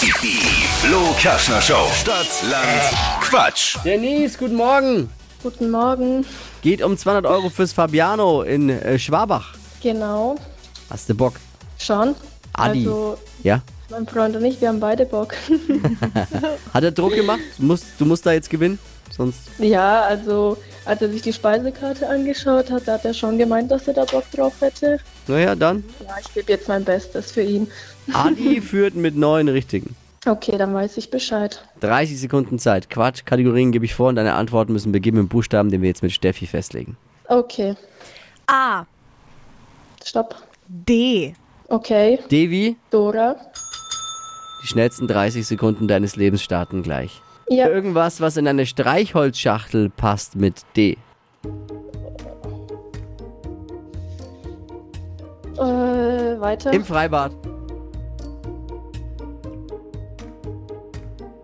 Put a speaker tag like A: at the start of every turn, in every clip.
A: Die Flo Kaschner Show. Stadt, Land, Quatsch.
B: Denise, guten Morgen.
C: Guten Morgen.
B: Geht um 200 Euro fürs Fabiano in äh, Schwabach.
C: Genau.
B: Hast du Bock?
C: Schon.
B: Adi.
C: Also,
B: Ja.
C: mein Freund und ich, wir haben beide Bock.
B: Hat er Druck gemacht? Du musst, du musst da jetzt gewinnen. Sonst.
C: ja, also, als er sich die Speisekarte angeschaut hat, da hat er schon gemeint, dass er da Bock drauf hätte.
B: Naja, dann.
C: Ja, ich gebe jetzt mein Bestes für ihn.
B: Adi führt mit neun richtigen.
C: Okay, dann weiß ich Bescheid.
B: 30 Sekunden Zeit. Quatsch, Kategorien gebe ich vor und deine Antworten müssen beginnen mit dem Buchstaben, den wir jetzt mit Steffi festlegen.
C: Okay,
D: A.
C: stopp.
D: D.
C: Okay,
B: Devi,
C: Dora.
B: die schnellsten 30 Sekunden deines Lebens starten gleich.
C: Ja,
B: Irgendwas, was in eine Streichholzschachtel passt mit D.
C: äh, weiter,
B: Im Freibad.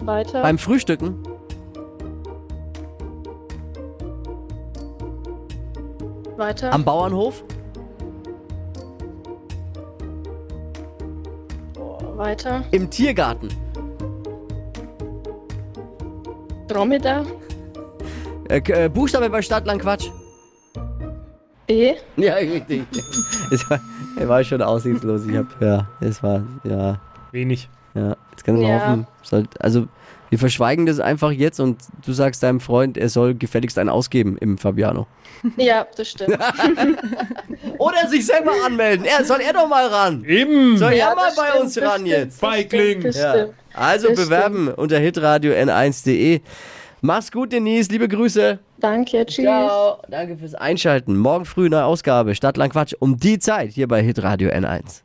C: weiter.
B: Beim Frühstücken.
C: weiter.
B: Am Bauernhof.
C: weiter.
B: Im Tiergarten.
C: Dromedar.
B: Äh, K- äh, Buchstabe bei Stadtland Quatsch.
C: E.
B: Ja, richtig. es war, er war schon aussichtslos. Ich hab, ja, es war, ja,
E: Wenig.
B: ja. Jetzt kannst du mal
C: Ja.
B: hoffen. Sollt, also, wir verschweigen das einfach jetzt und du sagst deinem Freund, er soll gefälligst einen ausgeben im Fabiano.
C: Ja, das stimmt.
B: Oder sich selber anmelden. Er soll er doch mal ran.
E: Eben!
B: Soll
C: Ja,
B: er mal
C: das
B: bei
C: stimmt,
B: uns
C: das
B: ran
C: stimmt.
B: jetzt.
E: Feigling!
C: Das
B: Ja.
C: stimmt.
B: Also
C: Das
B: bewerben unter hitradio n1.de. Mach's gut, Denise. Liebe Grüße.
C: Danke, tschüss.
B: Ciao. Danke fürs Einschalten. Morgen früh neue Ausgabe. Stadtlang Quatsch. Um die Zeit hier bei hitradio n1.